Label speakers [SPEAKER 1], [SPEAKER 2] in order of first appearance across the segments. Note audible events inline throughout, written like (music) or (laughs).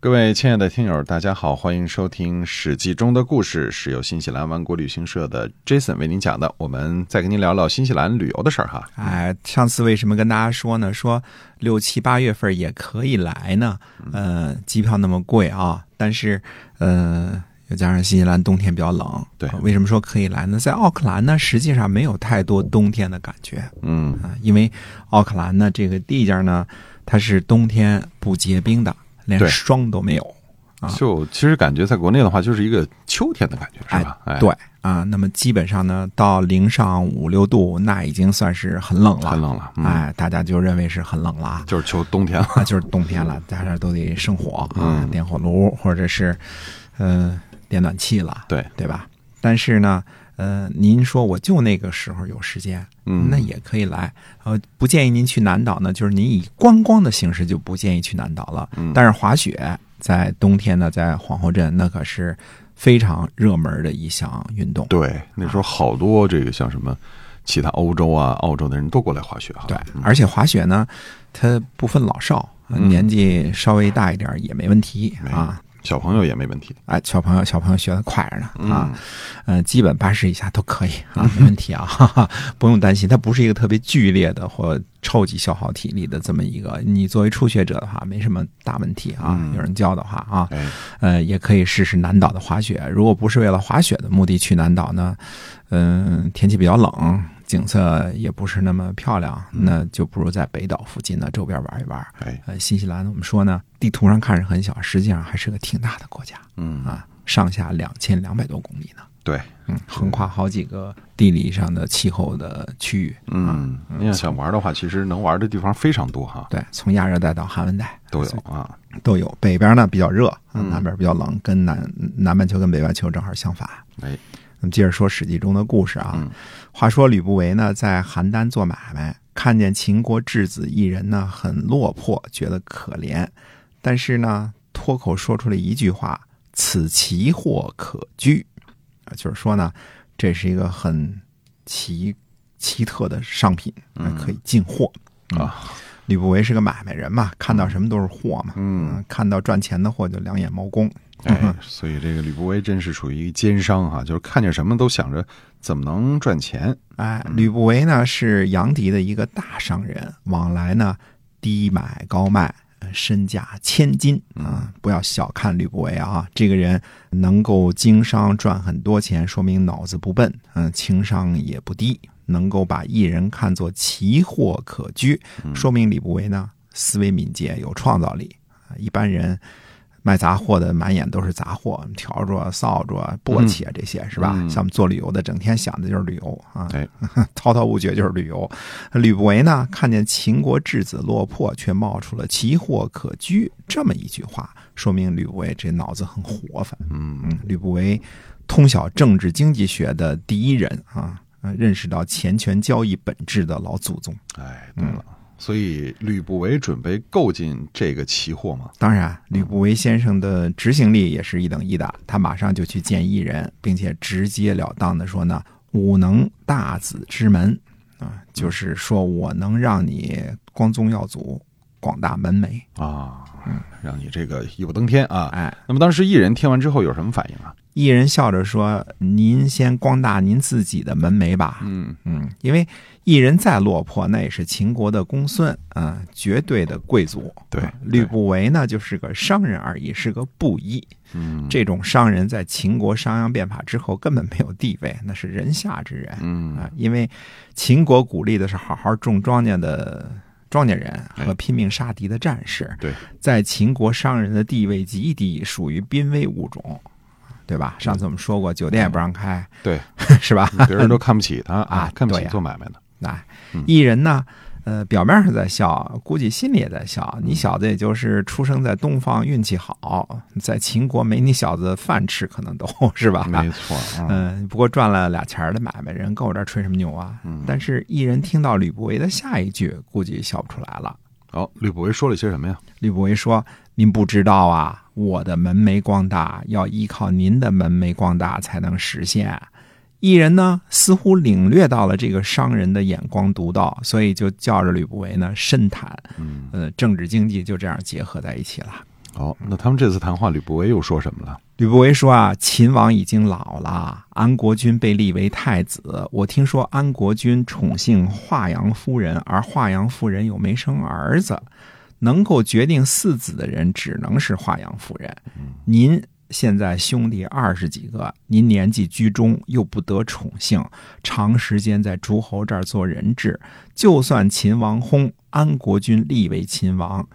[SPEAKER 1] 各位亲爱的听友，大家好，欢迎收听《史记》中的故事，是由新西兰万国旅行社的 Jason 为您讲的。我们再跟您聊聊新西兰旅游的事儿哈。
[SPEAKER 2] 哎，上次为什么跟大家说呢？说六七八月份也可以来呢？呃，机票那么贵啊，但是呃，又加上新西兰冬天比较冷，
[SPEAKER 1] 对
[SPEAKER 2] 为什么说可以来呢？在奥克兰呢，实际上没有太多冬天的感觉
[SPEAKER 1] 嗯，
[SPEAKER 2] 啊，因为奥克兰呢这个地界儿呢，它是冬天不结冰的，连
[SPEAKER 1] 对
[SPEAKER 2] 霜都没有。啊
[SPEAKER 1] 就其实感觉在国内的话，就是一个秋天的感觉，是吧？哎，
[SPEAKER 2] 对啊，那么基本上呢，到零上五六度，那已经算是很冷了，
[SPEAKER 1] 很冷了嗯
[SPEAKER 2] 哎，大家就认为是很冷了啊，
[SPEAKER 1] 就是秋冬 (laughs) 天了。
[SPEAKER 2] 啊，就是冬天了，大家都得生火啊，
[SPEAKER 1] 嗯
[SPEAKER 2] 点火炉或者是，呃，电暖气了，
[SPEAKER 1] 对
[SPEAKER 2] 对吧？但是呢，呃，您说我就那个时候有时间，
[SPEAKER 1] 嗯
[SPEAKER 2] 那也可以来。呃，不建议您去南岛呢，就是您以观光的形式就不建议去南岛了。
[SPEAKER 1] 嗯
[SPEAKER 2] 但是滑雪在冬天呢，在皇后镇那可是非常热门的一项运动。
[SPEAKER 1] 对，那时候好多这个像什么其他欧洲啊、澳洲的人都过来滑雪哈。
[SPEAKER 2] 对，而且滑雪呢，它不分老少，
[SPEAKER 1] 嗯
[SPEAKER 2] 年纪稍微大一点儿也没问题
[SPEAKER 1] 没
[SPEAKER 2] 啊。
[SPEAKER 1] 小朋友也没问题。
[SPEAKER 2] 哎，小朋友，小朋友学的快着呢啊
[SPEAKER 1] 嗯，
[SPEAKER 2] 呃，基本八十以下都可以
[SPEAKER 1] (laughs)
[SPEAKER 2] 啊，没问题啊， (laughs) 哈哈，不用担心，它不是一个特别剧烈的或超级消耗体力的这么一个，你作为初学者的话，没什么大问题啊，
[SPEAKER 1] 嗯
[SPEAKER 2] 有人教的话啊，
[SPEAKER 1] 哎，
[SPEAKER 2] 呃，也可以试试南岛的滑雪，如果不是为了滑雪的目的去南岛呢，嗯、天气比较冷。景色也不是那么漂亮，
[SPEAKER 1] 嗯
[SPEAKER 2] 那就不如在北岛附近的周边玩一玩。
[SPEAKER 1] 哎，
[SPEAKER 2] 呃，新西兰我们说呢，地图上看是很小，实际上还是个挺大的国家。
[SPEAKER 1] 嗯，
[SPEAKER 2] 啊，上下两千两百多公里呢，
[SPEAKER 1] 对，
[SPEAKER 2] 嗯，横跨好几个地理上的气候的区域，啊，
[SPEAKER 1] 嗯，您要想玩的话，其实能玩的地方非常多哈，
[SPEAKER 2] 对，从亚热带到寒温带
[SPEAKER 1] 都有啊。
[SPEAKER 2] 都有，北边呢比较热，啊
[SPEAKER 1] 嗯
[SPEAKER 2] 南边比较冷，跟南南半球跟北半球正好相反。
[SPEAKER 1] 哎，
[SPEAKER 2] 那么接着说《史记》中的故事啊，
[SPEAKER 1] 嗯
[SPEAKER 2] 话说吕不韦呢在邯郸做买卖，看见秦国质子一人呢很落魄，觉得可怜，但是呢脱口说出了一句话：“此奇货可居。”啊，就是说呢，这是一个很奇奇特的商品，
[SPEAKER 1] 嗯
[SPEAKER 2] 啊可以进货。
[SPEAKER 1] 啊，
[SPEAKER 2] 吕不韦是个买卖人嘛，看到什么都是货嘛，
[SPEAKER 1] 嗯，
[SPEAKER 2] 呃看到赚钱的货就两眼冒光，
[SPEAKER 1] 哎， (laughs) 所以这个吕不韦真是属于一奸商哈、就是看见什么都想着怎么能赚钱。
[SPEAKER 2] 哎，吕不韦呢是杨迪的一个大商人，往来呢低买高卖，呃身价千金啊！不要小看吕不韦啊，这个人能够经商赚很多钱，说明脑子不笨，嗯、情商也不低，能够把艺人看作奇货可居，
[SPEAKER 1] 嗯
[SPEAKER 2] 说明吕不韦呢思维敏捷，有创造力。啊一般人。卖杂货的满眼都是杂货，笤帚、啊扫帚、簸箕啊这些是吧？
[SPEAKER 1] 嗯
[SPEAKER 2] 像我们做旅游的，整天想的就是旅游啊。
[SPEAKER 1] 哎，
[SPEAKER 2] (laughs) 滔滔不绝就是旅游。吕不韦呢，看见秦国质子落魄，却冒出了“奇货可居”这么一句话，说明吕不韦这脑子很活泛。
[SPEAKER 1] 嗯，
[SPEAKER 2] 嗯，吕不韦通晓政治经济学的第一人啊，呃认识到钱权交易本质的老祖宗。
[SPEAKER 1] 哎，对了，所以吕不韦准备购进这个奇货嘛。
[SPEAKER 2] 当然，啊吕不韦先生的执行力也是一等一的，他马上就去见异人，并且直截了当的说呢：“吾能大子之门啊，就是说我能让你光宗耀祖，广大门楣。
[SPEAKER 1] 啊，让你这个一步登天”啊。
[SPEAKER 2] 哎，
[SPEAKER 1] 那么当时异人听完之后有什么反应啊？
[SPEAKER 2] 异人笑着说：“您先光大您自己的门楣吧。”
[SPEAKER 1] 嗯
[SPEAKER 2] 嗯，因为异人再落魄，那也是秦国的公孙啊，绝对的贵族。
[SPEAKER 1] 对
[SPEAKER 2] 啊吕
[SPEAKER 1] 对
[SPEAKER 2] 不韦呢，就是个商人而已，是个布衣。
[SPEAKER 1] 嗯
[SPEAKER 2] 这种商人在秦国商鞅变法之后根本没有地位，那是人下之人
[SPEAKER 1] 嗯
[SPEAKER 2] 啊！因为秦国鼓励的是好好种庄稼的庄稼人和拼命杀敌的战士，
[SPEAKER 1] 哎对，
[SPEAKER 2] 在秦国商人的地位极低，属于濒危物种，对吧？上次我们说过，酒店也不让开，
[SPEAKER 1] 对，
[SPEAKER 2] 是吧？
[SPEAKER 1] 嗯别人都看不起他
[SPEAKER 2] 啊
[SPEAKER 1] (laughs) 啊，看不
[SPEAKER 2] 对
[SPEAKER 1] 起
[SPEAKER 2] 呀
[SPEAKER 1] 做买卖 (laughs) 的。
[SPEAKER 2] 哎
[SPEAKER 1] 嗯，
[SPEAKER 2] 艺人呢，呃，表面上在笑，估计心里也在
[SPEAKER 1] 嗯
[SPEAKER 2] 笑。你小子也就是出生在东方，运气好，在秦国没你小子饭吃，可能都 (laughs) 是吧？
[SPEAKER 1] 没错啊，
[SPEAKER 2] 嗯，不过赚了俩钱儿的买卖人，跟我这儿吹什么牛啊？
[SPEAKER 1] 嗯
[SPEAKER 2] 但是艺人听到吕不韦的下一句，估计笑不出来了。
[SPEAKER 1] 好，吕不韦说了些什么呀？
[SPEAKER 2] 吕不韦说：“您不知道啊，我的门楣光大要依靠您的门楣光大才能实现。”艺人呢，似乎领略到了这个商人的眼光独到，所以就叫着吕不韦呢深谈，
[SPEAKER 1] 嗯，
[SPEAKER 2] 呃，政治经济就这样结合在一起了。
[SPEAKER 1] 好，那他们这次谈话，吕不韦又说什么了？
[SPEAKER 2] 吕不韦说啊，秦王已经老了，安国君被立为太子。我听说安国君宠幸华阳夫人，而华阳夫人又没生儿子，能够决定嗣子的人只能是华阳夫人。您现在兄弟二十几个，您年纪居中，又不得宠幸，长时间在诸侯这儿做人质，就算秦王薨，安国君立为秦王，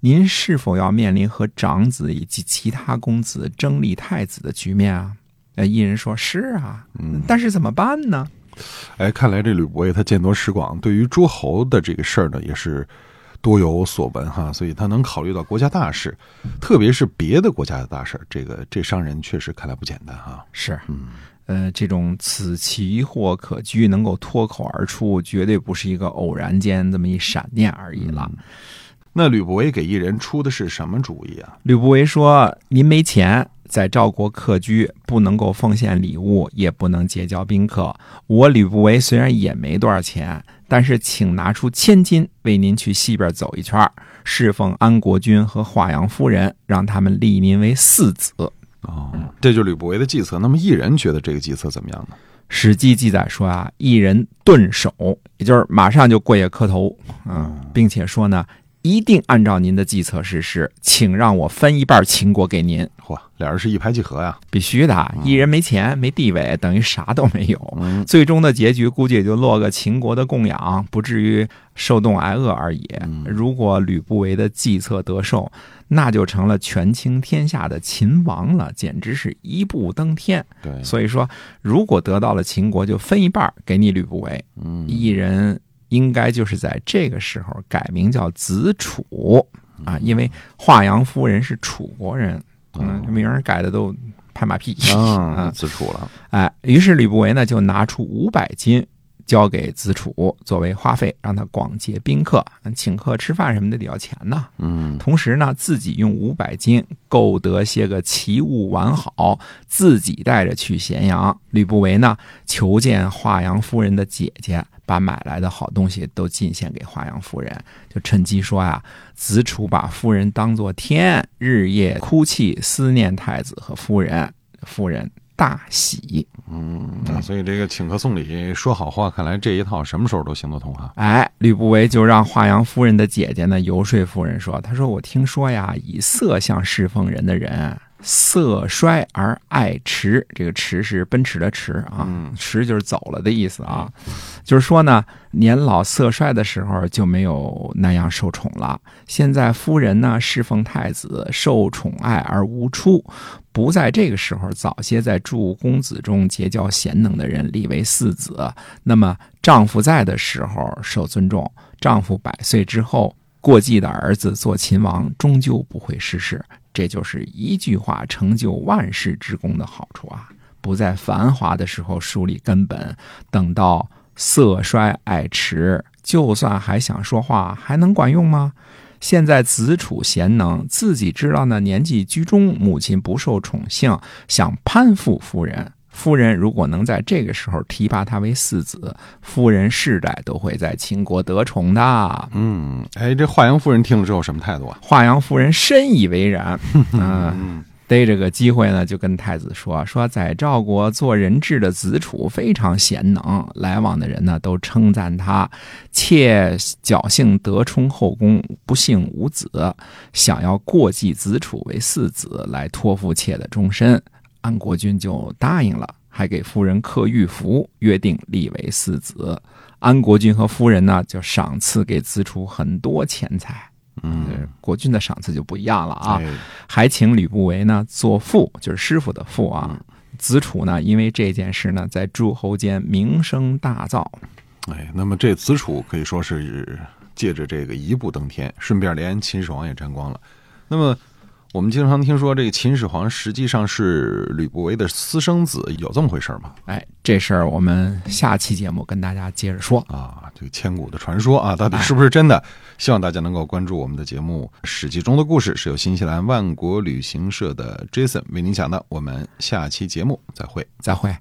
[SPEAKER 2] 您是否要面临和长子以及其他公子争立太子的局面啊？呃，一人说：“是啊，
[SPEAKER 1] 嗯，
[SPEAKER 2] 但是怎么办呢？
[SPEAKER 1] 哎，看来这吕不韦他见多识广，对于诸侯的这个事儿呢，也是多有所闻哈，所以他能考虑到国家大事，特别是别的国家的大事儿。这个这商人确实看来不简单哈。
[SPEAKER 2] 是，
[SPEAKER 1] 嗯，
[SPEAKER 2] 呃，这种此其或可居，能够脱口而出，绝对不是一个偶然间这么一闪念而已了。
[SPEAKER 1] 那吕不韦给一人出的是什么主意啊？
[SPEAKER 2] 吕不韦说：“您没钱，在赵国客居，不能够奉献礼物，也不能结交宾客。我吕不韦虽然也没多少钱，但是请拿出千金为您去西边走一圈儿，侍奉安国君和华阳夫人，让他们立您为嗣子。”
[SPEAKER 1] 哦，这就是吕不韦的计策。那么一人觉得这个计策怎么样呢？
[SPEAKER 2] 《史记》记载说啊，一人顿首，也就是马上就跪下磕头，嗯，并且说呢，一定按照您的计策实施，请让我分一半秦国给您，
[SPEAKER 1] 嚯，俩人是一拍即合呀、
[SPEAKER 2] 必须的啊，一人没钱没地位，等于啥都没有。
[SPEAKER 1] 嗯，
[SPEAKER 2] 最终的结局估计也就落个秦国的供养，不至于受冻挨饿而已。如果吕不韦的计策得手，那就成了权倾天下的秦王了，简直是一步登天。
[SPEAKER 1] 对，
[SPEAKER 2] 所以说，如果得到了秦国，就分一半儿给你吕不韦。
[SPEAKER 1] 嗯，
[SPEAKER 2] 异人应该就是在这个时候改名叫子楚
[SPEAKER 1] 嗯
[SPEAKER 2] 啊，因为华阳夫人是楚国人，嗯，这名儿改的都拍马屁
[SPEAKER 1] 哦啊，
[SPEAKER 2] (laughs) 啊。
[SPEAKER 1] 自处了。
[SPEAKER 2] 哎，于是吕不韦呢就拿出五百金交给子楚作为花费，让他广结宾客，嗯请客吃饭什么的得要钱呐。
[SPEAKER 1] 嗯，
[SPEAKER 2] 同时呢，自己用五百金购得些个奇物完好，自己带着去咸阳。吕不韦呢，求见华阳夫人的姐姐，把买来的好东西都进献给华阳夫人，就趁机说呀、子楚把夫人当作天，日夜哭泣思念太子和夫人，夫人大喜。
[SPEAKER 1] 啊所以这个请客送礼、说好话，看来这一套什么时候都行得通哈。
[SPEAKER 2] 哎，吕不韦就让华阳夫人的姐姐呢游说夫人说：“他说我听说呀，以色相侍奉人的人，色衰而爱驰。这个驰是奔驰的驰啊，驰就是走了的意思啊。就是说呢，年老色衰的时候就没有那样受宠了。现在夫人呢侍奉太子，受宠爱而无出，不在这个时候早些在诸公子中结交贤能的人，立为嗣子。”那么丈夫在的时候受尊重，丈夫百岁之后过继的儿子做秦王，终究不会失势。这就是一句话成就万世之功的好处啊！不在繁华的时候树立根本，等到色衰爱弛，就算还想说话，还能管用吗？现在子楚贤能，自己知道呢，年纪居中，母亲不受宠幸，想攀附夫人。夫人如果能在这个时候提拔他为嗣子，夫人世代都会在秦国得宠的。
[SPEAKER 1] 嗯，哎，这华阳夫人听了之后什么态度啊？
[SPEAKER 2] 华阳夫人深以为然，嗯，逮着个机会呢，就跟太子说说，在赵国做人质的子楚非常贤能，来往的人呢都称赞他，妾侥幸得充后宫，不幸无子，想要过继子楚为嗣子，来托付妾的终身。安国君就答应了，还给夫人刻玉符，约定立为嗣子。安国君和夫人呢，就赏赐给子楚很多钱财。嗯，国君的赏赐就不一样了啊。
[SPEAKER 1] 哎
[SPEAKER 2] 还请吕不韦呢做父，就是师傅的父啊。子楚呢，因为这件事呢，在诸侯间名声大噪。
[SPEAKER 1] 哎，那么这子楚可以说是借着这个一步登天，顺便连秦始皇也沾光了。那么。我们经常听说这个秦始皇实际上是吕不韦的私生子，有这么回事吗？
[SPEAKER 2] 哎，这事儿我们下期节目跟大家接着说。
[SPEAKER 1] 啊，这个千古的传说啊，到底是不是真的？希望大家能够关注我们的节目《史记中的故事》，是由新西兰万国旅行社的 Jason 为您讲的。我们下期节目再会。
[SPEAKER 2] 再会。